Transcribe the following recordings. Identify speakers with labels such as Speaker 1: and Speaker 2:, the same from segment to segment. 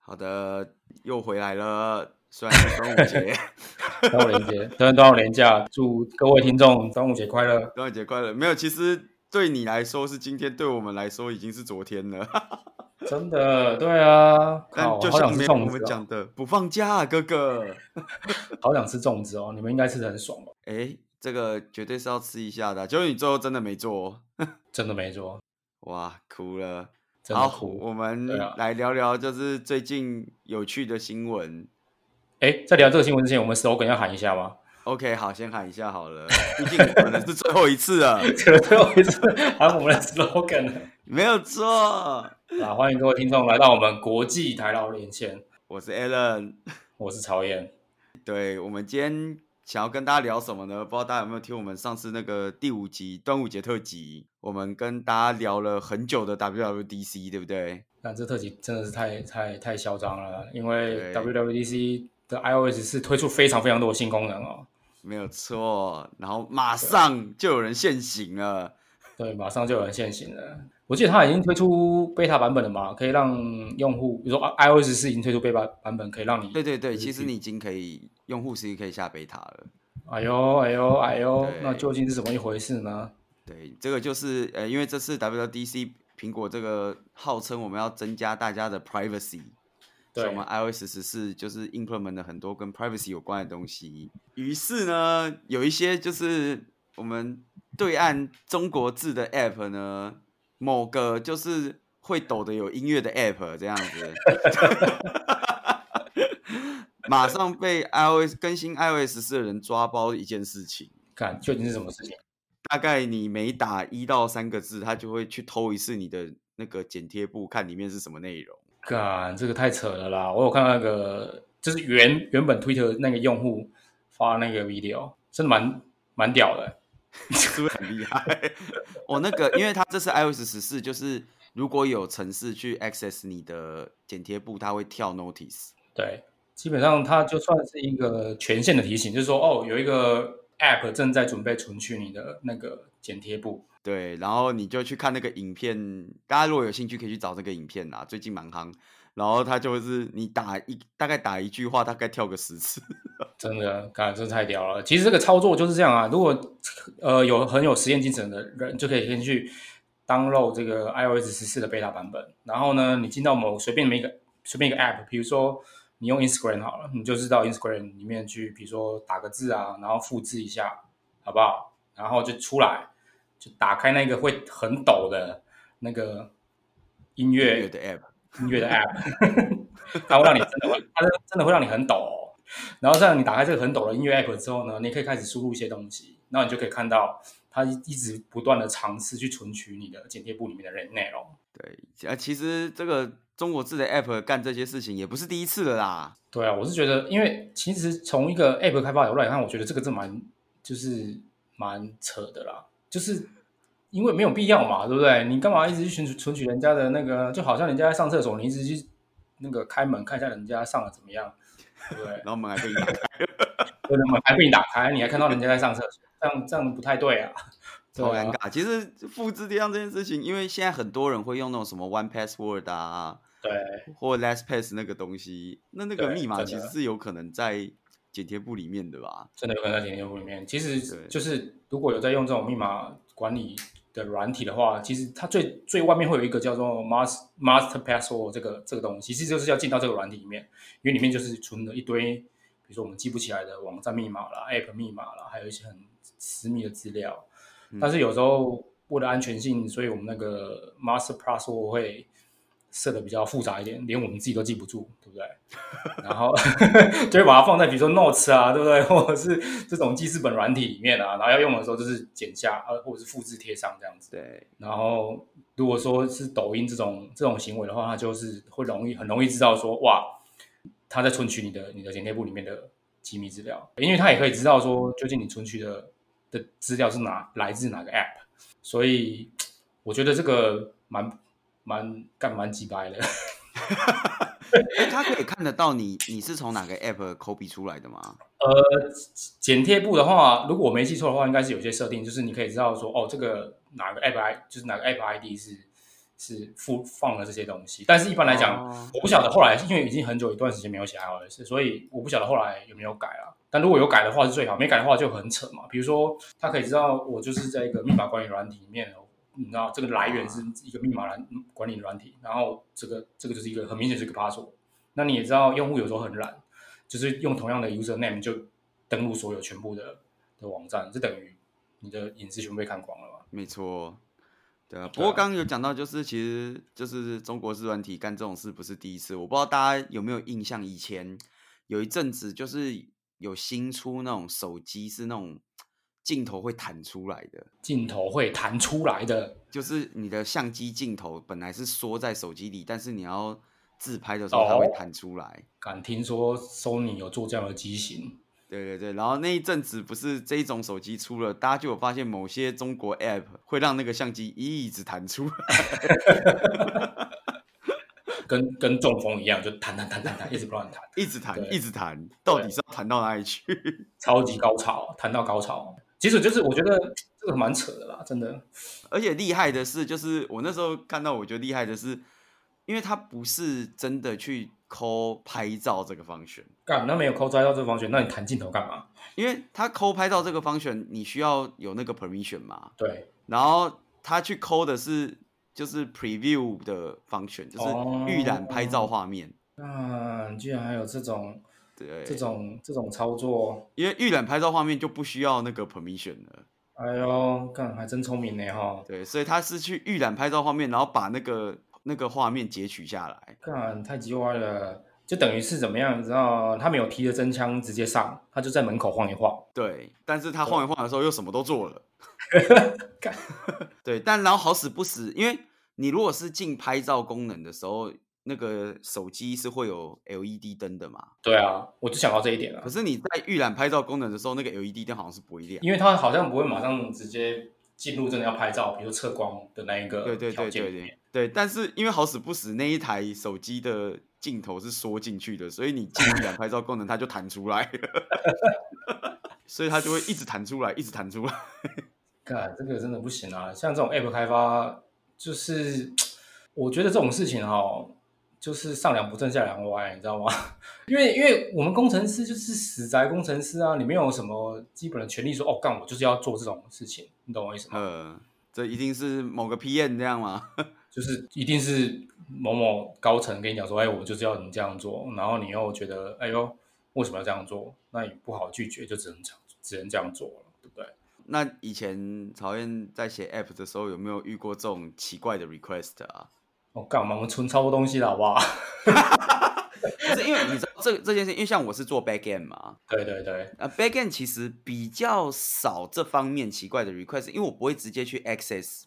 Speaker 1: 好的，又回来了。虽然是端午节，
Speaker 2: 端午连节，端 端午连假，祝各位听众端午节快乐。
Speaker 1: 端午节快乐。没有，其实对你来说是今天，对我们来说已经是昨天了。
Speaker 2: 真的，对啊，
Speaker 1: 但
Speaker 2: 靠
Speaker 1: 就
Speaker 2: 好
Speaker 1: 像
Speaker 2: 想
Speaker 1: 我
Speaker 2: 吃
Speaker 1: 们
Speaker 2: 粽
Speaker 1: 我们
Speaker 2: 子、哦，
Speaker 1: 讲的，不放假、啊，哥哥。
Speaker 2: 好想吃粽子哦，你们应该吃的很爽吧？
Speaker 1: 哎，这个绝对是要吃一下的啊。结果你最后真的没做、哦，
Speaker 2: 真的没错，
Speaker 1: 哇，哭了。
Speaker 2: 真的
Speaker 1: 好，
Speaker 2: 哭。
Speaker 1: 我们
Speaker 2: 对啊
Speaker 1: 来聊聊就是最近有趣的新闻。
Speaker 2: 哎，在聊这个新闻之前，我们 slogan 要喊一下吗？
Speaker 1: OK，好，先喊一下好了，毕竟可能是最后一次 了，
Speaker 2: 这个最后一次喊我们的 slogan 了。
Speaker 1: 没有错。
Speaker 2: 啊，欢迎各位听众来到我们国际台劳连线，
Speaker 1: 我是 Alan，
Speaker 2: 我是曹燕。
Speaker 1: 对我们今天想要跟大家聊什么呢？不知道大家有没有听我们上次那个第五集端午节特辑，我们跟大家聊了很久的 WWDC，对不对？
Speaker 2: 但这特辑真的是太太太嚣张了，因为
Speaker 1: 对
Speaker 2: WWDC 的 iOS 是推出非常非常多的新功能哦。
Speaker 1: 没有错，然后马上就有人现形了，
Speaker 2: 对，马上就有人现行了。我记得它已经推出 beta 版本了嘛，可以让用户，比如说啊 iOS 是已经推出 beta 版本，可以让你，
Speaker 1: 对对对，其实你已经可以用户其实可以下贝塔了。
Speaker 2: 哎呦哎呦哎呦
Speaker 1: 对，
Speaker 2: 那究竟是怎么一回事呢？
Speaker 1: 对，这个就是呃，因为这次 WWDC 苹果这个号称我们要增加大家的 privacy，所以
Speaker 2: 对
Speaker 1: 我们 iOS 十四就是 implement 了很多跟 privacy 有关的东西。于是呢，有一些就是我们对岸中国制的 app 呢，某个就是会抖的有音乐的 app 这样子。 马上被 iOS 更新 iOS 十四的人抓包一件事情，
Speaker 2: 看究竟是什么事情？
Speaker 1: 大概你每打一到三个字，他就会去偷一次你的那个剪贴簿，看里面是什么内容。
Speaker 2: 干，这个太扯了啦！我有看到那个，就是原原本 Twitter 那个用户发那个 video，真的蛮蛮屌的。
Speaker 1: 是不是很厉害？ 我、那个，因为它这是 iOS 十四，就是如果有城市去 access 你的剪贴簿，它会跳 notice。
Speaker 2: 对，基本上它就算是一个权限的提醒，就是说哦，有一个 app 正在准备存取你的那个剪贴簿。
Speaker 1: 对，然后你就去看那个影片，大家如果有兴趣可以去找这个影片啦，啊最近蛮夯。然后它就是你打一大概打一句话，大概跳个十次。
Speaker 2: 真的，感觉真的太屌了。其实这个操作就是这样啊，如果呃有很有实验精神的人，就可以先去 download 这个 iOS 十四的 beta 版本，然后呢，你进到某随便每一个随便一个 app，比如说你用 Instagram 好了，你就是到 Instagram 里面去，比如说打个字啊，然后复制一下，好不好？然后就出来，就打开那个会很抖的那个音乐
Speaker 1: 的 app，
Speaker 2: 音乐的 app，它会 让你真的会，它真的真的会让你很抖、哦。然后这样你打开这个很抖的音乐 app 之后呢，你可以开始输入一些东西，那你就可以看到它一一直不断的尝试去存取你的剪贴簿里面的内内容。
Speaker 1: 对，啊，其实这个中国制的 app 干这些事情也不是第一次了啦。
Speaker 2: 对啊，我是觉得，因为其实从一个 app 开发角度来看，我觉得这个真的蛮就是蛮扯的啦，就是因为没有必要嘛，对不对？你干嘛一直去存取存取人家的那个？就好像人家在上厕所，你一直去那个开门看一下人家上了怎么样，对不对？
Speaker 1: 然后门还被你 打开。
Speaker 2: 对，门还被你打开，你还看到人家在上厕所，这样这样不太对啊，
Speaker 1: 超
Speaker 2: 对
Speaker 1: 尴
Speaker 2: 啊
Speaker 1: 尬。其实复制贴上这件事情，因为现在很多人会用那种什么 One Password 啊，
Speaker 2: 对
Speaker 1: 或 LastPass 那个东西，那那个
Speaker 2: 对
Speaker 1: 密码
Speaker 2: 真
Speaker 1: 其
Speaker 2: 的
Speaker 1: 实是有可能在剪贴簿里面的吧？
Speaker 2: 真的有可能在点贴簿里面。其
Speaker 1: 对
Speaker 2: 实就是如果有在用这种密码管理的软体的话，其实它最最外面会有一个叫做 master master password 这个这个东西，其实就是要进到这个软体里面，因为里面就是存了一堆，比如说我们记不起来的网站密码啦、app 密码啦，还有一些很私密的资料。但是有时候为了安全性，所以我们那个 master password 会设的比较复杂一点，连我们自己都记不住，对不对？然后 就会把它放在比如说 Notes 啊，对不 对？或者是这种记事本软体里面啊，然后要用的时候就是剪下，呃，或者是复制贴上这样子。
Speaker 1: 对，
Speaker 2: 然后如果说是抖音这种这种行为的话，它就是会容易很容易知道说，哇，它在存取你的你的剪贴簿里面的机密资料，因为它也可以知道说究竟你存取的的资料是哪来自哪个 app，所以我觉得这个蛮蛮干蛮鸡掰的。 呃
Speaker 1: 哎，它可以看得到你你是从哪个 App 抠笔出来的吗？
Speaker 2: 呃，剪贴簿的话，如果我没记错的话，应该是有些设定，就是你可以知道说，哦，这个哪个 app I 就是哪个 app ID 是是附放了这些东西。但是一般来讲，
Speaker 1: 哦
Speaker 2: 我不晓得后来，因为已经很久一段时间没有写 iOS，所以我不晓得后来有没有改了。但如果有改的话是最好，没改的话就很扯嘛。比如说，他可以知道我就是在一个密码管理软体里面，哦你知道这个来源是一个密码软管理软体，然后这个这个就是一个很明显是一个 password。那你也知道，用户有时候很懒，就是用同样的 user name 就登录所有全部的的网站，这等于你的隐私全部被看光了嘛？
Speaker 1: 没错，对啊。不
Speaker 2: 对
Speaker 1: 过
Speaker 2: 啊
Speaker 1: 刚刚有讲到，就是其实就是中国式软体干这种事不是第一次，我不知道大家有没有印象，以前有一阵子就是有新出那种手机是那种镜头会弹出来的，
Speaker 2: 镜头会弹出来的
Speaker 1: 就是你的相机镜头本来是缩在手机里，但是你要自拍的时候它会
Speaker 2: 哦
Speaker 1: 弹出来。
Speaker 2: 敢听说 Sony 有做这样的机型，
Speaker 1: 对对对，然后那一阵子不是这一种手机出了，大家就有发现某些中国 App 会让那个相机一直弹出来，
Speaker 2: 跟跟中风一样，就弹弹弹弹弹，一直不乱弹，
Speaker 1: 一直弹，
Speaker 2: 对
Speaker 1: 一直弹，到底是要弹到哪里去？
Speaker 2: 超级高潮，弹到高潮。其实就是我觉得这个蛮扯的啦，真的。
Speaker 1: 而且厉害的是，就是我那时候看到，我觉得厉害的是，因为它不是真的去抠拍照这个方选，
Speaker 2: 干，那没有抠摘到这方选，那你弹镜头干嘛？
Speaker 1: 因为它抠拍照这个方选，你需要有那个 permission 嘛，
Speaker 2: 对，
Speaker 1: 然后他去抠的是就是 preview 的方选，就是
Speaker 2: 哦
Speaker 1: 预览拍照画面。
Speaker 2: 那你居然还有这种
Speaker 1: 对，
Speaker 2: 这种这种操作，
Speaker 1: 因为预览拍照画面就不需要那个 permission 了，
Speaker 2: 哎呦，干还真聪明呢哈！
Speaker 1: 对，所以他是去预览拍照画面，然后把那个那个画面截取下来。
Speaker 2: 干太鸡歪了，就等于是怎么样？你知道他没有提着真枪直接上，他就在门口晃一晃。
Speaker 1: 对，但是他晃一晃的时候又什么都做了
Speaker 2: 干。
Speaker 1: 对，但然后好死不死，因为你如果是进拍照功能的时候，那个手机是会有 LED 灯的嘛，
Speaker 2: 对啊，我就想到这一点了
Speaker 1: 可，是你在预览拍照功能的时候，那个 LED 灯好像是不会亮。
Speaker 2: 因为他好像不会马上直接进入真的要拍照，比如测光的那一个
Speaker 1: 对对
Speaker 2: 条
Speaker 1: 对
Speaker 2: 件
Speaker 1: 对
Speaker 2: 里面
Speaker 1: 对对，但是因为好死不死那一台手机的镜头是缩进去的，所以你进预览拍照功能它就弹出来了， 所以它就会一直弹出来，一直弹出来。
Speaker 2: 干，这个真的不行啊！像这种 app 开发，就是我觉得这种事情哦，就是上梁不正下梁歪，你知道吗？ 因为因为我们工程师就是死宅工程师啊，你没有什么基本的权利说哦，干我就是要做这种事情，你懂我意思吗？
Speaker 1: 呃，这一定是某个 PM 这样吗？
Speaker 2: 就是一定是某某高层跟你讲说，哎，我就是要你这样做，然后你又觉得，哎呦，为什么要这样做？那你不好拒绝，就只能这样，只能这样做了，对不对？
Speaker 1: 那以前曹燕在写 App 的时候，有没有遇过这种奇怪的 request 啊？
Speaker 2: 我、哦、干嘛？我们存超多东西了，好不好？
Speaker 1: 不是因为你知道这这件事，因为像我是做 backend 嘛，
Speaker 2: 对对对，
Speaker 1: 呃，backend 其实比较少这方面奇怪的 request，因为我不会直接去 access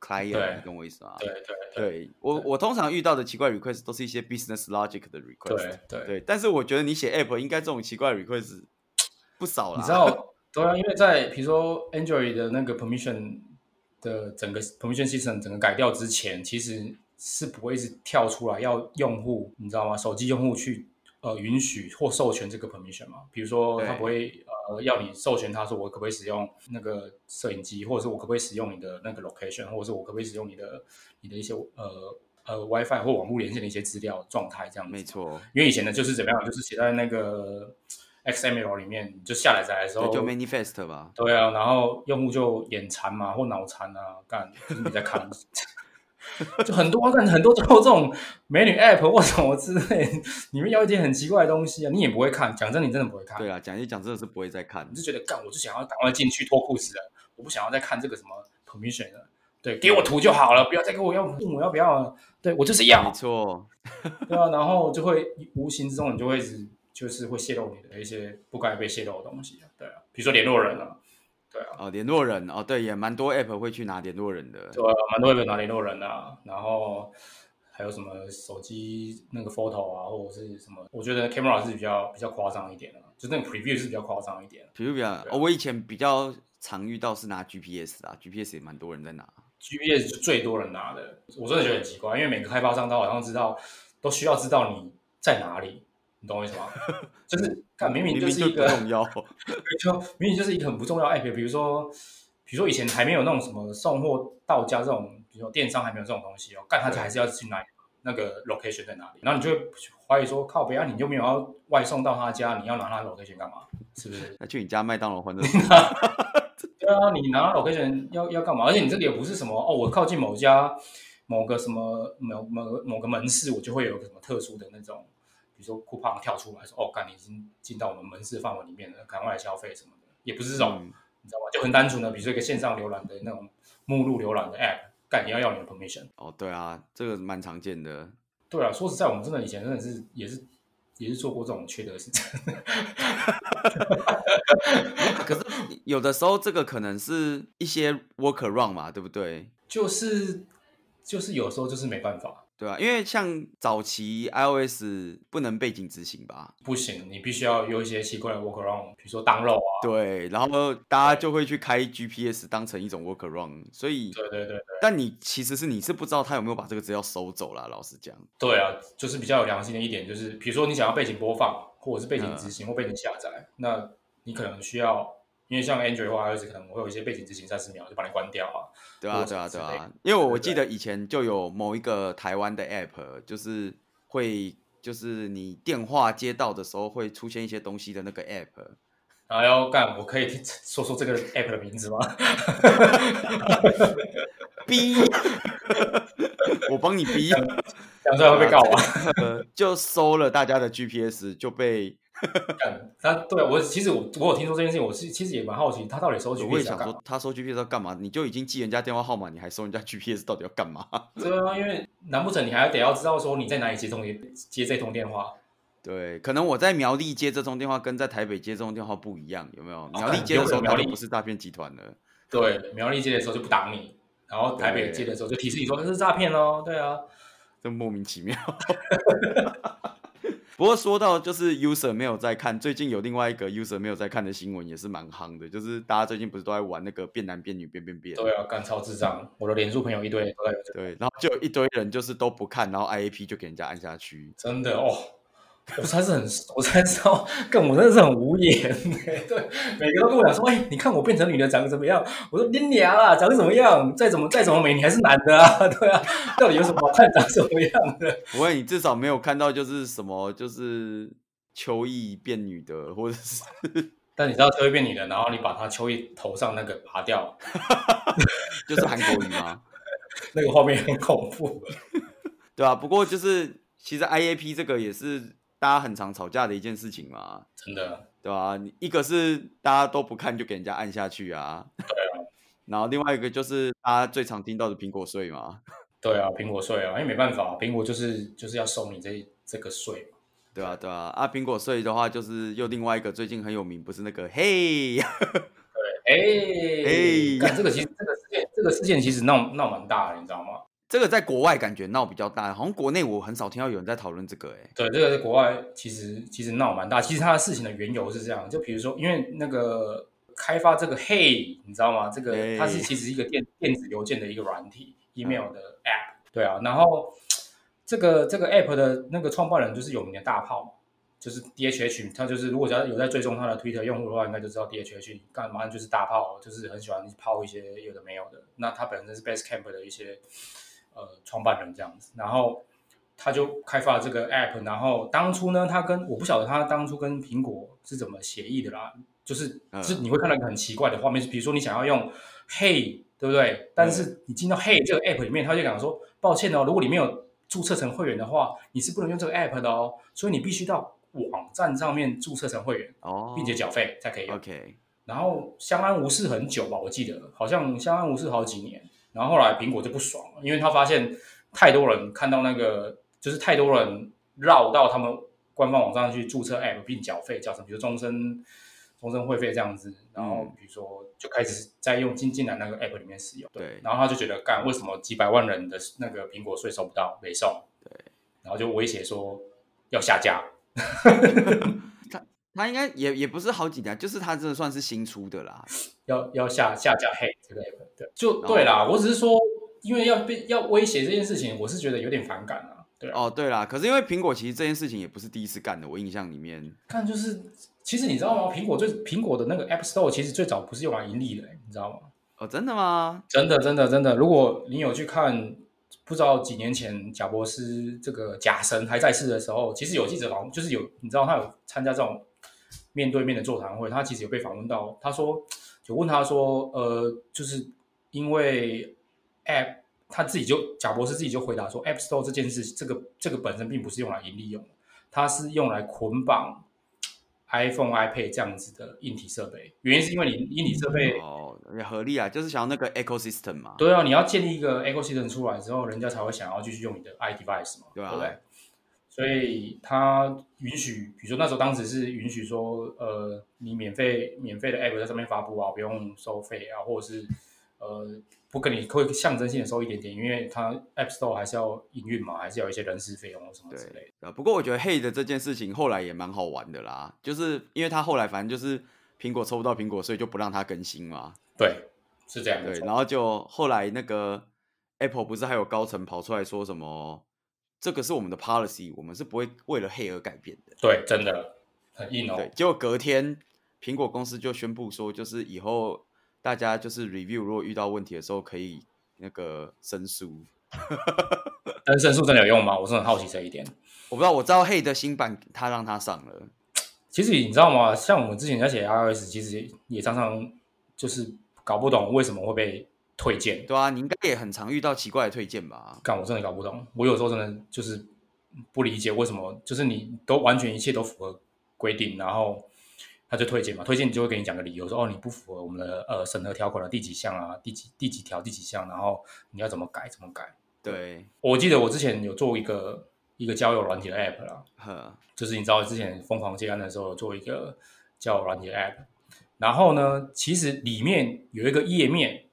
Speaker 1: client，
Speaker 2: 对
Speaker 1: 你懂我意思吗？
Speaker 2: 对对对。
Speaker 1: 对我我通常遇到的奇怪 request 都是一些 business logic 的 request，
Speaker 2: 对对
Speaker 1: 但是我觉得你写 app 应该这种奇怪的 request 不少啦。
Speaker 2: 你知道，对啊，因为在比如说 Android 的那个 permission 的整个 permission system 整个改掉之前，其实是不会一直跳出来要用户，你知道吗？手机用户去呃允许或授权这个 permission 嘛？比如说，
Speaker 1: 对
Speaker 2: 他不会呃要你授权，他说我可不可以使用那个摄影机，或者是我可不可以使用你的那个 location，或者是我可不可以使用你的你的一些呃呃 WiFi 或网络连线的一些资料状态这样子。
Speaker 1: 没错，
Speaker 2: 因为以前呢就是怎么样，就是写在那个 XML 里面，你就下载下来的时候
Speaker 1: 对，，就 manifest 吧。
Speaker 2: 对啊，然后用户就眼馋嘛或脑残啊，干就是你在看， 就很多干很多都有这种美女 App 或什么之类，里面要一些很奇怪的东西啊，你也不会看，讲真，你真的不会看，
Speaker 1: 对啊，讲一讲真的是不会再看
Speaker 2: 你。就觉得干，我就想要赶快进去脱裤子了，我不想要再看这个什么 permission 了。对，给我图就好了，不要再跟我要问我要不要了。对我就是要
Speaker 1: 没，错，
Speaker 2: 对啊，然后就会无形之中你就会一直就是会泄露你的一些不该被泄露的东西啊，对啊，比如说联络人啊，对啊，
Speaker 1: 哦，联络人哦，对，也蛮多 app 会去拿联络人的。
Speaker 2: 对啊，蛮多人拿联络人啊，然后还有什么手机那个 photo 啊，或者是什么，我觉得 camera 是比较比较夸张一点的、啊就那个 preview 是比较夸张一点、
Speaker 1: 比如比较，
Speaker 2: 对啊
Speaker 1: 哦，我以前比较常遇到是拿 GPS 啊，GPS 也蛮多人在拿。
Speaker 2: GPS 是最多人拿的，我真的觉得很奇怪，因为每个开发商都好像知道，都需要知道你在哪里，你懂我意思吗？ 就是看明明
Speaker 1: 明
Speaker 2: 就
Speaker 1: 明
Speaker 2: 是一
Speaker 1: 不
Speaker 2: 个
Speaker 1: 重 要。
Speaker 2: 就明明就是一个很不重要的 app，比如说，比如说以前还没有那种什么送货到家这种比如说电商还没有这种东西哦，干他就还是要去哪里那个 location 在哪里，然后你就会怀疑说靠北啊，你又没有要外送到他家，你要拿他的 location 干嘛？是不是？
Speaker 1: 那去你家麦当劳 还的
Speaker 2: 对啊，你拿 location 要要干嘛？而且你这个也不是什么哦，我靠近某家某个什么某某某个门市，我就会有个什么特殊的那种，比如说酷胖跳出来说哦，干你已经进到我们门市范围里面了，赶快来消费什么的，也不是这种。
Speaker 1: 嗯
Speaker 2: 你知道吗？就很单纯的，比如说一个线上浏览的那种目录浏览的 app，干你要要你的 permission。
Speaker 1: 哦，对啊，这个蛮常见的。
Speaker 2: 对啊，说实在，我们真的以前真的是也是也是做过这种缺德的事情。
Speaker 1: 可是有的时候这个可能是一些 work around 嘛，对不对？
Speaker 2: 就是就是有时候就是没办法，
Speaker 1: 对啊，因为像早期 iOS 不能背景执行吧？
Speaker 2: 不行，你必须要有一些奇怪的 workaround，比如说当肉啊，
Speaker 1: 对，然后大家就会去开 GPS 当成一种 work around，所以，
Speaker 2: 对对对对，
Speaker 1: 但你其实是你是不知道他有没有把这个资料收走啦。老实讲，
Speaker 2: 对啊，就是比较有良心的一点，就是比如说你想要背景播放，或者是背景
Speaker 1: 嗯
Speaker 2: 执行或背景下载，那你可能需要。因为像 Android 或 iOS 可能我会有一些背景执行三十秒，就把你关掉啊。
Speaker 1: 对
Speaker 2: 或
Speaker 1: 啊，
Speaker 2: 者
Speaker 1: 对啊，
Speaker 2: 之
Speaker 1: 对
Speaker 2: 类
Speaker 1: 啊，因为我
Speaker 2: 对
Speaker 1: 记得以前就有某一个台湾的 app，就是会就是你电话接到的时候会出现一些东西的那个 app，
Speaker 2: 然后要干，我可以 听说说这个 app 的名字吗？
Speaker 1: 逼， 我帮你逼，
Speaker 2: 讲出来会被告啊吧？
Speaker 1: 呃就收了大家的 GPS，就被
Speaker 2: 干他对啊我其实我我有听说这件事情，我是其实也蛮好奇，他到底收取
Speaker 1: 我
Speaker 2: 币
Speaker 1: 也
Speaker 2: 是要
Speaker 1: 想
Speaker 2: 干嘛？
Speaker 1: 说，他收 GPS 要干嘛？你就已经记人家电话号码，你还收人家 GPS，到底要干嘛？
Speaker 2: 对啊，因为难不成你还得要知道说你在哪里接通接这通电话？
Speaker 1: 对，可能我在苗栗接这通电话，跟在台北接这通电话不一样，有没有？苗栗
Speaker 2: 很
Speaker 1: 接的
Speaker 2: 哦有
Speaker 1: 时候，
Speaker 2: 可能
Speaker 1: 他
Speaker 2: 苗
Speaker 1: 就
Speaker 2: 栗
Speaker 1: 不是诈骗集团了。
Speaker 2: 对，苗栗接的时候就不挡你，然后台北
Speaker 1: 对
Speaker 2: 接的时候就提示你说这是诈骗哦。对啊，
Speaker 1: 真莫名其妙。 不过说到就是 user 没有在看，最近有另外一个 user 没有在看的新闻也是蛮夯的，就是大家最近不是都在玩那个变男变女变变变，
Speaker 2: 对啊，干超智障！我的脸书朋友一堆都在有这个，
Speaker 1: 对，然后就有一堆人就是都不看，然后 IAP 就给人家按下去，
Speaker 2: 真的哦。我才是很，我才知道，跟我真的是很无言。欸对，每个都跟我讲说，哎、你看我变成女的长得怎么样？我说你娘啊，长得怎么样？再怎么再怎么美，你还是男的啊， 对啊，到底有什么好看长什么样的？
Speaker 1: 不会，你至少没有看到就是什么就是秋意变女的，或者是
Speaker 2: 但你知道秋叶变女的，然后你把她秋叶头上那个拔掉，
Speaker 1: 就是韩国语 吗？
Speaker 2: 那个画面很恐怖。
Speaker 1: 对啊，不过就是其实 IAP 这个也是大家很常吵架的一件事情嘛，
Speaker 2: 真的，
Speaker 1: 对啊，你一个是大家都不看就给人家按下去啊， 然后另外一个就是大家最常听到的苹果税嘛，
Speaker 2: 对啊，苹果税啊，因为没办法，苹果就是就是要收你这这个税嘛。
Speaker 1: 对啊，对啊，啊苹果税的话就是又另外一个最近很有名，不是那个嘿，
Speaker 2: 哎、
Speaker 1: 哎
Speaker 2: 干这个其实这个事件这个事件其实闹闹蛮大的，你知道吗？
Speaker 1: 这个在国外感觉闹比较大，好像国内我很少听到有人在讨论这个、欸，
Speaker 2: 对，这个在国外其实其实闹蛮大。其实它的事情的缘由是这样，就比如说，因为那个开发这个 Hey，你知道吗？这个它是
Speaker 1: 嘿
Speaker 2: 其实一个电电子邮件的一个软体，email 的 app。对啊，然后这个这个 app 的那个创办人就是有名的大炮嘛，就是 DHH，他就是如果只要有在追踪他的 Twitter 用户的话，应该就知道 DHH 干嘛就是大炮，哦就是很喜欢炮一些有的没有的。那他本身是 Basecamp 的一些呃创办人这样子，然后他就开发了这个 app，然后当初呢，他跟我不晓得他当初跟苹果是怎么协议的啦，就是
Speaker 1: 嗯
Speaker 2: 就是你会看到一个很奇怪的画面，比如说你想要用 Hey，对不对？但是你进到 Hey 这个 app 里面，他就讲说，抱歉哦，如果你没有注册成会员的话，你是不能用这个 app 的哦，所以你必须到网站上面注册成会员，
Speaker 1: 哦，
Speaker 2: 并且缴费才可以用。
Speaker 1: OK，
Speaker 2: 然后相安无事很久吧，我记得好像相安无事好几年。然后后来苹果就不爽了，因为他发现太多人看到那个，就是太多人绕到他们官方网站去注册 App 并缴费，缴成比如终身终身会费这样子。然后
Speaker 1: 嗯
Speaker 2: 比如说就开始在用进进来那个 App 里面使用。
Speaker 1: 对
Speaker 2: 然后他就觉得干为什么几百万人的那个苹果税收不到，没送。
Speaker 1: 对，
Speaker 2: 然后就威胁说要下架。
Speaker 1: 他应该也也不是好几年，就是他真的算是新出的啦，
Speaker 2: 要要下下架 hate 这个 app，对，就对啦。我只是说，因为要被要威胁这件事情，我是觉得有点反感啊。对啊，
Speaker 1: 哦，对啦，可是因为苹果其实这件事情也不是第一次干的，我印象里面，
Speaker 2: 看就是，其实你知道吗？苹果最苹果的那个 App Store 其实最早不是用来盈利的、你知道吗？
Speaker 1: 哦，真的吗？
Speaker 2: 真的，真的，真的。如果你有去看，不知道几年前贾博斯这个假神还在世的时候，其实有记者访问，就是有你知道他有参加这种面对面的座谈会，他其实有被访问到，他说有问他说，呃，就是因为 App 他自己就贾博士自己就回答说，App Store 这件事，这个这个本身并不是用来盈利用的，它是用来捆绑 iPhone、iPad 这样子的硬体设备，原因是因为你硬体设备。
Speaker 1: 哦，也合理啊，就是想要那个 ecosystem 嘛。
Speaker 2: 对啊，你要建立一个 ecosystem 出来之后，人家才会想要继续用你的 i device 嘛，
Speaker 1: 对
Speaker 2: 对
Speaker 1: 啊
Speaker 2: 不对？所以它允许，比如说那时候当时是允许说，呃，你免费免费的 app 在上面发布啊，不用收费啊，或者是呃不跟你会象征性的收一点点，因为它 app store 还是要营运嘛，还是要有一些人事费用或什么之类的。
Speaker 1: 对啊，不过我觉得 Hey 的这件事情后来也蛮好玩的啦，就是因为他后来反正就是苹果抽不到苹果，所以就不让他更新嘛。
Speaker 2: 对，是这样的。
Speaker 1: 对，然后就后来那个 Apple 不是还有高层跑出来说什么，这个是我们的 policy，我们是不会为了 Hey 而改变的。
Speaker 2: 对，真的很硬哦。
Speaker 1: 对，结果隔天苹果公司就宣布说，就是以后大家就是 review 如果遇到问题的时候可以那个申诉。
Speaker 2: 但是申诉真的有用吗？我是很好奇这一点。
Speaker 1: 我不知道，我知道 Hey 的新版他让他上了，
Speaker 2: 其实你知道吗？像我们之前在写 iOS，其实也常常就是搞不懂为什么会被推荐。
Speaker 1: 对啊，你应该也很常遇到奇怪的推荐吧？
Speaker 2: 干，我真的搞不懂。我有时候真的就是不理解为什么，就是你都完全一切都符合规定，然后他就推荐嘛，推荐你就会给你讲个理由，说哦你不符合我们的呃审核条款的第几项啊，第几第几条第几项，然后你要怎么改怎么改。
Speaker 1: 对，
Speaker 2: 我记得我之前有做一个一个交友软体的 app 啦，
Speaker 1: 呵，
Speaker 2: 就是你知道之前疯狂接案的时候有做一个叫软体的 app，然后呢，其实里面有一个页面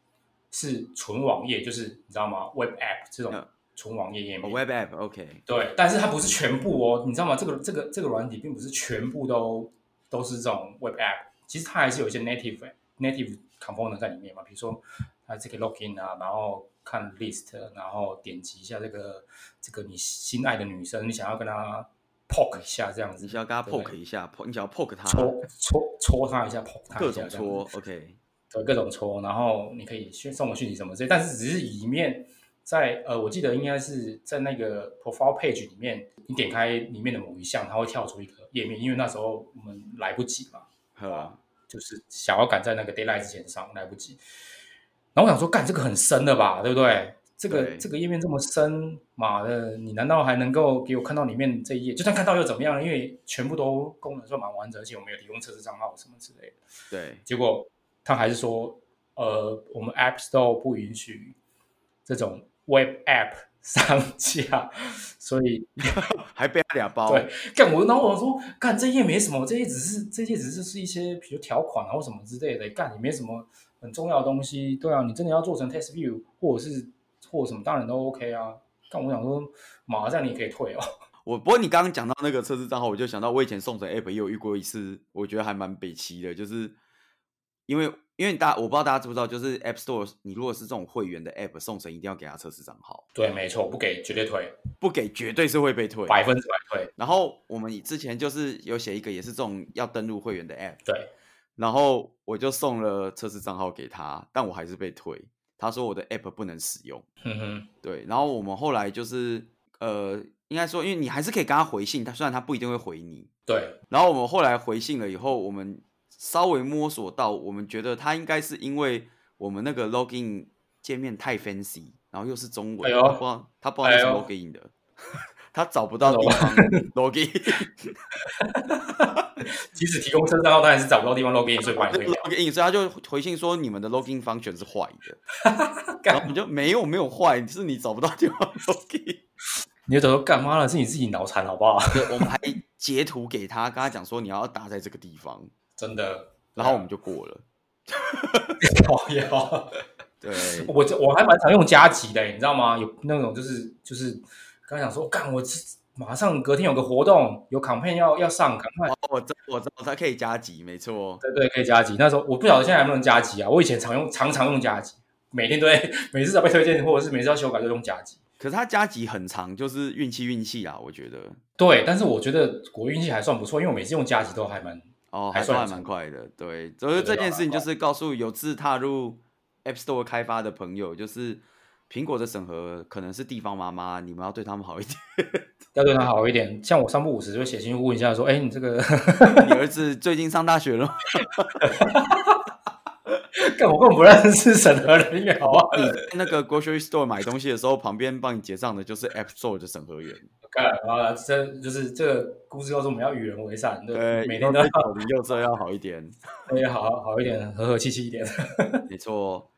Speaker 2: 是纯网页，就是你知道吗？Web app 这种
Speaker 1: 嗯
Speaker 2: 纯网页页
Speaker 1: 哦
Speaker 2: 面。
Speaker 1: ，Web App OK，
Speaker 2: 对，但是它不是全部哦，你知道吗？这个这个这个软体并不是全部都都是这种 Web App，其实它还是有一些 native native component 在里面嘛，比如说它这个 login 啊，然后看 list，然后点击一下这个这个你心爱的女生，你想要跟她 poke 一下这样子，
Speaker 1: 你想要跟他
Speaker 2: 对不对
Speaker 1: poke 一下，poke 你想要 poke 他，
Speaker 2: 戳戳戳她一下，poke 她
Speaker 1: 各
Speaker 2: 一下，
Speaker 1: 种戳，OK，
Speaker 2: 对，各种戳，然后你可以去送个讯息什么之类，但是只是里面在呃，我记得应该是在那个 profile page 里面，你点开里面的某一项，它会跳出一个页面，因为那时候我们来不及嘛，
Speaker 1: 呵，
Speaker 2: 就是想要赶在那个 d a y l i g h t 之前上，来不及。然后我想说，干这个很深的吧，对不对？这个
Speaker 1: 对
Speaker 2: 这个页面这么深，妈的，你难道还能够给我看到里面这一页？就算看到又怎么样呢？因为全部都功能算蛮完整，而且我们有提供测试账号什么之类的。
Speaker 1: 对，
Speaker 2: 结果他还是说，呃，我们 App Store 不允许这种 Web App 上架，所以
Speaker 1: 还被他俩包，
Speaker 2: 对干我，然后我说，干这页没什么，这页只是这页只是是一些比如条款啊或什么之类的，干也没什么很重要的东西，对啊，你真的要做成 Test View 或者是或者什么，当然都 OK 啊。但我想说，马上你也可以退哦。
Speaker 1: 我不过你刚刚讲到那个测试账号，我就想到我以前送审 app 也有遇过一次，我觉得还蛮北齐的，就是因为因为大我不知道大家知不知道，就是 App Store 你如果是这种会员的 app 送审，一定要给他测试账号，
Speaker 2: 对，没错，不给绝对退，
Speaker 1: 不给绝对是会被退。
Speaker 2: 百分之百退。
Speaker 1: 然后我们以之前就是有写一个也是这种要登录会员的 app，
Speaker 2: 对，
Speaker 1: 然后我就送了测试账号给他，但我还是被退，他说我的 app 不能使用。
Speaker 2: 嗯哼，
Speaker 1: 对，然后我们后来就是呃，应该说因为你还是可以跟他回信，他虽然他不一定会回你。
Speaker 2: 对，
Speaker 1: 然后我们后来回信了以后，我们稍微摸索到，我们觉得他应该是因为我们那个 login 界面太 fancy，然后又是中文，
Speaker 2: 哎呦
Speaker 1: 他不知道他不知道那是
Speaker 2: 哎呦
Speaker 1: login 的， 他找不到
Speaker 2: 那
Speaker 1: 地
Speaker 2: 怎么
Speaker 1: 方 login
Speaker 2: 即使提供车账号，当然是找不到地方 login，所以把你退掉。
Speaker 1: login，所以他就回信说你们的 login function 是坏的，然
Speaker 2: 干
Speaker 1: 后我们就没有没有坏，是你找不到地方 login。
Speaker 2: 你就等说干嘛了？是你自己脑残好不好？
Speaker 1: 对我们还截图给他，跟他讲说你要搭在这个地方，
Speaker 2: 真的，
Speaker 1: 然后我们就过了。
Speaker 2: 讨厌。
Speaker 1: 对，哦
Speaker 2: 我这我还蛮常用加急的，你知道吗？有那种就是就是，刚才想说干，我这马上隔天有个活动，有 campaign 要要上，赶快。
Speaker 1: 哦，我知我知道，他可以加急，没错。
Speaker 2: 对对，可以加急。那时候我不晓得现在能不能加急啊。我以前常用，常常用加急，每天都会， 每次只要被推荐或者是每次要修改就用加急。
Speaker 1: 可是他加急很长，就是运气运气啊，我觉得
Speaker 2: 对，但是我觉得我运气还算不错，因为我每次用加急都还蛮
Speaker 1: 哦，
Speaker 2: 还
Speaker 1: 还
Speaker 2: 算
Speaker 1: 算
Speaker 2: 长
Speaker 1: 蛮快的。对，所以这件事情就是告诉有志踏入 App Store 开发的朋友，就是苹果的审核可能是地方妈妈，你们要对他们好一点。
Speaker 2: 要对他好一点。像我三不五时就写信问一下，说：“哎，你这个
Speaker 1: 你儿子最近上大学了吗？
Speaker 2: 干我根本不认识审核人员，好不好？”
Speaker 1: 你在那个 grocery store 买东西的时候，旁边帮你结账的就是 App Store 的审核员。
Speaker 2: 干啊，这就是这个故事告诉我们要与人为善，对不对，
Speaker 1: 对，
Speaker 2: 每
Speaker 1: 以后
Speaker 2: 天都
Speaker 1: 对左邻右舍要好一 点。
Speaker 2: 要好好好一点，和和气气一点。
Speaker 1: 没错。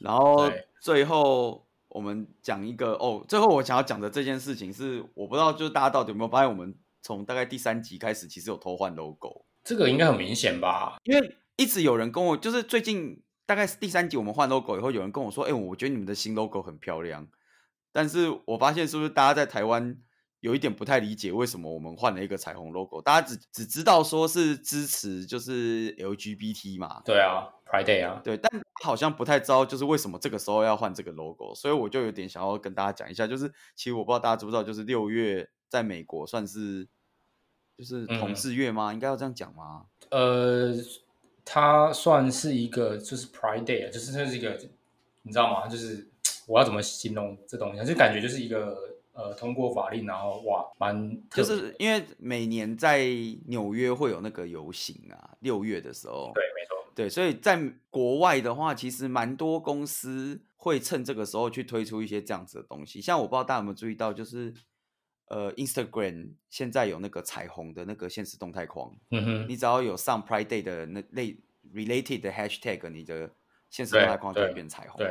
Speaker 1: 然后
Speaker 2: 对
Speaker 1: 最后我们讲一个哦，最后我想要讲的这件事情是，我不知道就是大家到底有没有发现，我们从大概第三集开始，其实有偷换 logo，
Speaker 2: 这个应该很明显吧？
Speaker 1: 因为一直有人跟我，就是最近大概是第三集我们换 logo 以后，有人跟我说，哎、我觉得你们的新 logo 很漂亮，但是我发现是不是大家在台湾？有一点不太理解为什么我们换了一个彩虹 logo，大家只只知道说是支持就是 LGBT 嘛，
Speaker 2: 对啊，Pride Day 啊，
Speaker 1: 对，但好像不太知道，就是为什么这个时候要换这个 logo，所以我就有点想要跟大家讲一下，就是其实我不知道大家知不知道，就是六月在美国算是就是同
Speaker 2: 嗯
Speaker 1: 志月吗？应该要这样讲吗？
Speaker 2: 呃，它算是一个就是 Pride Day，啊就是这是一个，你知道吗？就是我要怎么形容这东西啊？就感觉就是一个呃，通过法令，然后哇，蛮特别
Speaker 1: 就
Speaker 2: 的
Speaker 1: 是因为每年在纽约会有那个游行啊，六月的时候，
Speaker 2: 对，没错，
Speaker 1: 对，所以在国外的话，其实蛮多公司会趁这个时候去推出一些这样子的东西。像我不知道大家有没有注意到，就是呃，Instagram 现在有那个彩虹的那个现实动态框，
Speaker 2: 嗯哼，
Speaker 1: 你只要有上 Pride Day 的那类 related 的 hashtag，你的现实
Speaker 2: 对
Speaker 1: 动态框就会
Speaker 2: 对
Speaker 1: 变彩虹。
Speaker 2: 对，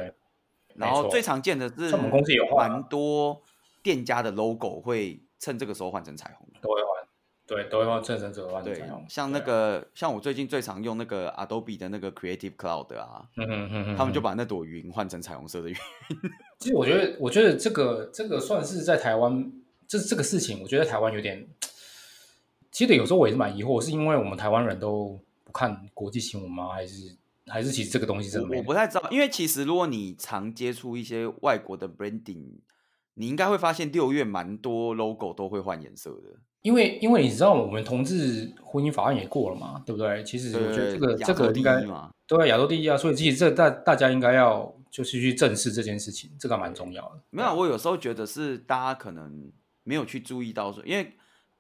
Speaker 1: 然
Speaker 2: 没
Speaker 1: 后
Speaker 2: 错
Speaker 1: 最常见的是，
Speaker 2: 像我们公司有换啊
Speaker 1: 蛮多店家的 logo 会趁这个时候换成彩虹的。
Speaker 2: 都会换，对，都会换正身折换
Speaker 1: 对
Speaker 2: 这样，啊
Speaker 1: 像那，个像我最近最常用那个 Adobe 的那个 Creative Cloud 啊，
Speaker 2: 对啊嗯哼嗯哼，
Speaker 1: 他们就
Speaker 2: 嗯哼
Speaker 1: 把那朵云换成彩虹色的云。
Speaker 2: 其实我觉得，我觉得这个这个算是在台湾，这这个事情，我觉得台湾有点，其实有时候我也是蛮疑惑，是因为我们台湾人都不看国际新闻吗？还是还是其实这个东西真的
Speaker 1: 我
Speaker 2: 没
Speaker 1: 我不太知道，因为其实如果你常接触一些外国的 branding，你应该会发现六月蛮多 logo 都会换颜色的。
Speaker 2: 因为因为你知道我们同志婚姻法案也过了嘛，对不对？其实我觉得这个
Speaker 1: 对
Speaker 2: 这
Speaker 1: 亚洲
Speaker 2: 个
Speaker 1: 第
Speaker 2: 应该
Speaker 1: 一嘛，
Speaker 2: 对啊亚洲第一啊，所以其实这大大家应该要就是去正视这件事情，这个蛮重要的。
Speaker 1: 没有啊，我有时候觉得是大家可能没有去注意到说，因为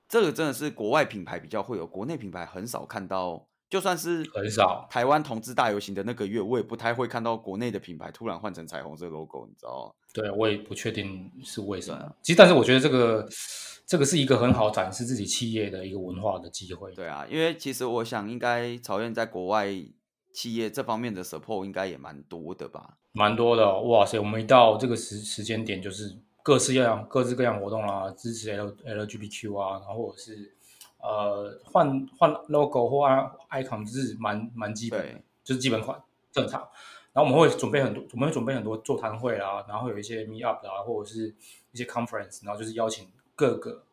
Speaker 1: 这个真的是国外品牌比较会有，国内品牌很少看到，就算是
Speaker 2: 很少
Speaker 1: 台湾同志大游行的那个月，我也不太会看到国内的品牌突然换成彩虹色 logo，你知道吗？
Speaker 2: 对，我也不确定是为什么。其实，但是我觉得这个这个是一个很好展示自己企业的一个文化的机会。
Speaker 1: 对啊，因为其实我想应该曹燕在国外企业这方面的 support 应该也蛮多的吧？
Speaker 2: 蛮多的哦、哇塞！我们一到这个时时间点，就是各式各样、各式各样活动啦、支持 L LGBTQ 啊，然后或者是呃换换 logo 或按 icon，就是蛮蛮基本的
Speaker 1: 对，
Speaker 2: 就是基本款正常。然后我们会准备很多，我们会准备很多座谈会啊，然后有一些 meet up 啊，或者是一些 conference，然后就是邀请各个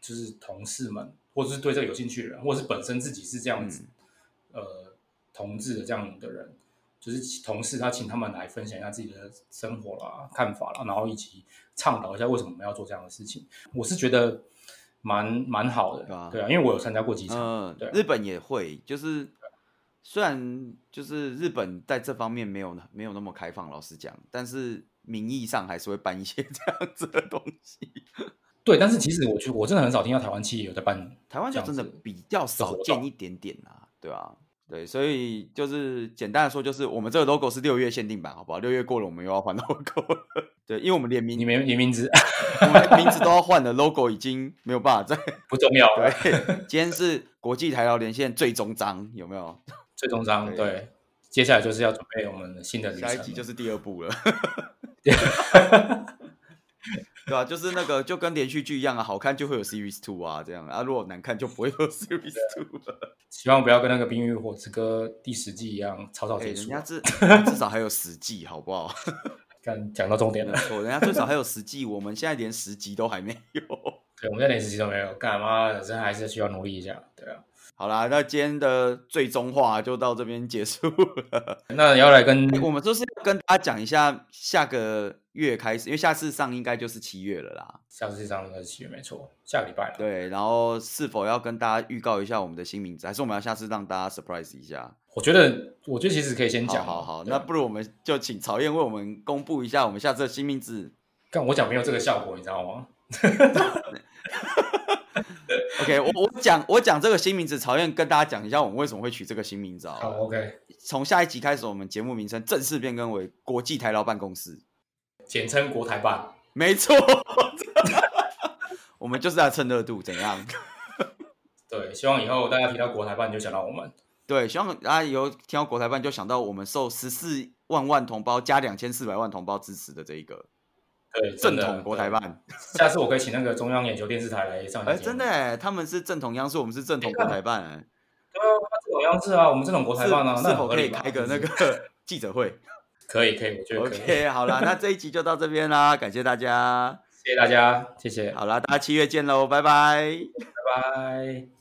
Speaker 2: 就是同事们，或者是对这个有兴趣的人，或者是本身自己是这样子、
Speaker 1: 嗯
Speaker 2: 呃同志的这样的人，就是同事他请他们来分享一下自己的生活啦、看法啦，然后以及倡导一下为什么我们要做这样的事情。我是觉得蛮蛮好的，
Speaker 1: 对啊
Speaker 2: 因为我有参加过几场，
Speaker 1: 嗯
Speaker 2: 对，啊
Speaker 1: 日本也会，就是虽然就是日本在这方面没有没有那么开放，老实讲，但是名义上还是会办一些 这样子的东西。
Speaker 2: 对。但是其实我觉得我真的很少听到台湾企业有在办，
Speaker 1: 台湾就
Speaker 2: 这样
Speaker 1: 真的
Speaker 2: 子
Speaker 1: 比较少
Speaker 2: 活动
Speaker 1: 见一点点啊，对啊，对，所以就是简单的说，就是我们这个 logo 是六月限定版，好不好？六月过了，我们又要换 logo 了。 对，因为我们连名
Speaker 2: 你们你 名字
Speaker 1: 我们名字都要换了，logo 已经没有办法再
Speaker 2: 不重要，
Speaker 1: 对。 今天是国际台劳连线最终章，有没有？
Speaker 2: 最终章
Speaker 1: 对
Speaker 2: 对。接下来就是要准备我们的新的旅程
Speaker 1: 下
Speaker 2: 了，
Speaker 1: 一集就是第二部 了。对啊，就是那个就跟连续剧一样啊，好看就会有 series two 啊，这样啊，如果难看就不会有 series two 了。
Speaker 2: 希望不要跟那个《冰与火之歌》第十季一样草草
Speaker 1: 哎、
Speaker 2: 结
Speaker 1: 人
Speaker 2: 束
Speaker 1: 家
Speaker 2: 啊。
Speaker 1: 至至少还有十季，好不好？
Speaker 2: 刚讲到重点
Speaker 1: 没
Speaker 2: 了，
Speaker 1: 错，人家最少还有十季，我们现在连十集都还没有。
Speaker 2: 对，我们在连十集都没有，干嘛？真还是需要努力一下，对啊。
Speaker 1: 好啦，那今天的最终话就到这边结束了。
Speaker 2: 那要来跟
Speaker 1: 哎 我们就是要跟大家讲一下，下个月开始，因为下次上应该就是七月了啦。
Speaker 2: 下次上应该是七月，没错，下个礼拜了。
Speaker 1: 对，然后是否要跟大家预告一下我们的新名字，还是我们要下次让大家 surprise 一下？
Speaker 2: 我觉得，我觉得其实可以先
Speaker 1: 好
Speaker 2: 讲。
Speaker 1: 好好，
Speaker 2: 对啊
Speaker 1: 那不如我们就请曹燕为我们公布一下我们下次的新名字。
Speaker 2: 但我讲没有这个效果，你知道吗？
Speaker 1: OK，我我讲我讲这个新名字，曹燕跟大家讲一下我们为什么会取这个新名字好啊
Speaker 2: 好啊
Speaker 1: 了
Speaker 2: ，OK，
Speaker 1: 从下一集开始，我们节目名称正式变更为国际台劳办公室。
Speaker 2: 简称国台办。
Speaker 1: 没错， 我们就是要趁热度，怎样？
Speaker 2: 对，希望以后大家提到国台办就想到我们。
Speaker 1: 对，希望大家以后听到国台办就想到我们受十四万万同胞加两千四百万同胞支持的这一个
Speaker 2: 对，
Speaker 1: 正
Speaker 2: 真的
Speaker 1: 统国台。办。
Speaker 2: 对下次我可以请那个中央眼球电视台来上一
Speaker 1: 哎，
Speaker 2: 节目
Speaker 1: 真的，耶，他们是正统央视，我们是正统国台办耶。
Speaker 2: 对啊，他这种央视啊，我们这种国台办啊，
Speaker 1: 是
Speaker 2: 那
Speaker 1: 是
Speaker 2: 很
Speaker 1: 否
Speaker 2: 合
Speaker 1: 可以
Speaker 2: 理吧
Speaker 1: 开个那？
Speaker 2: 是不是
Speaker 1: 个 记者会
Speaker 2: 可以，可以，我觉得可以。
Speaker 1: ？OK，好啦，那这一集就到这边啦，感谢大家。
Speaker 2: 谢谢大家，谢谢，
Speaker 1: 好啦，大家七月见喽，拜拜。
Speaker 2: 拜拜。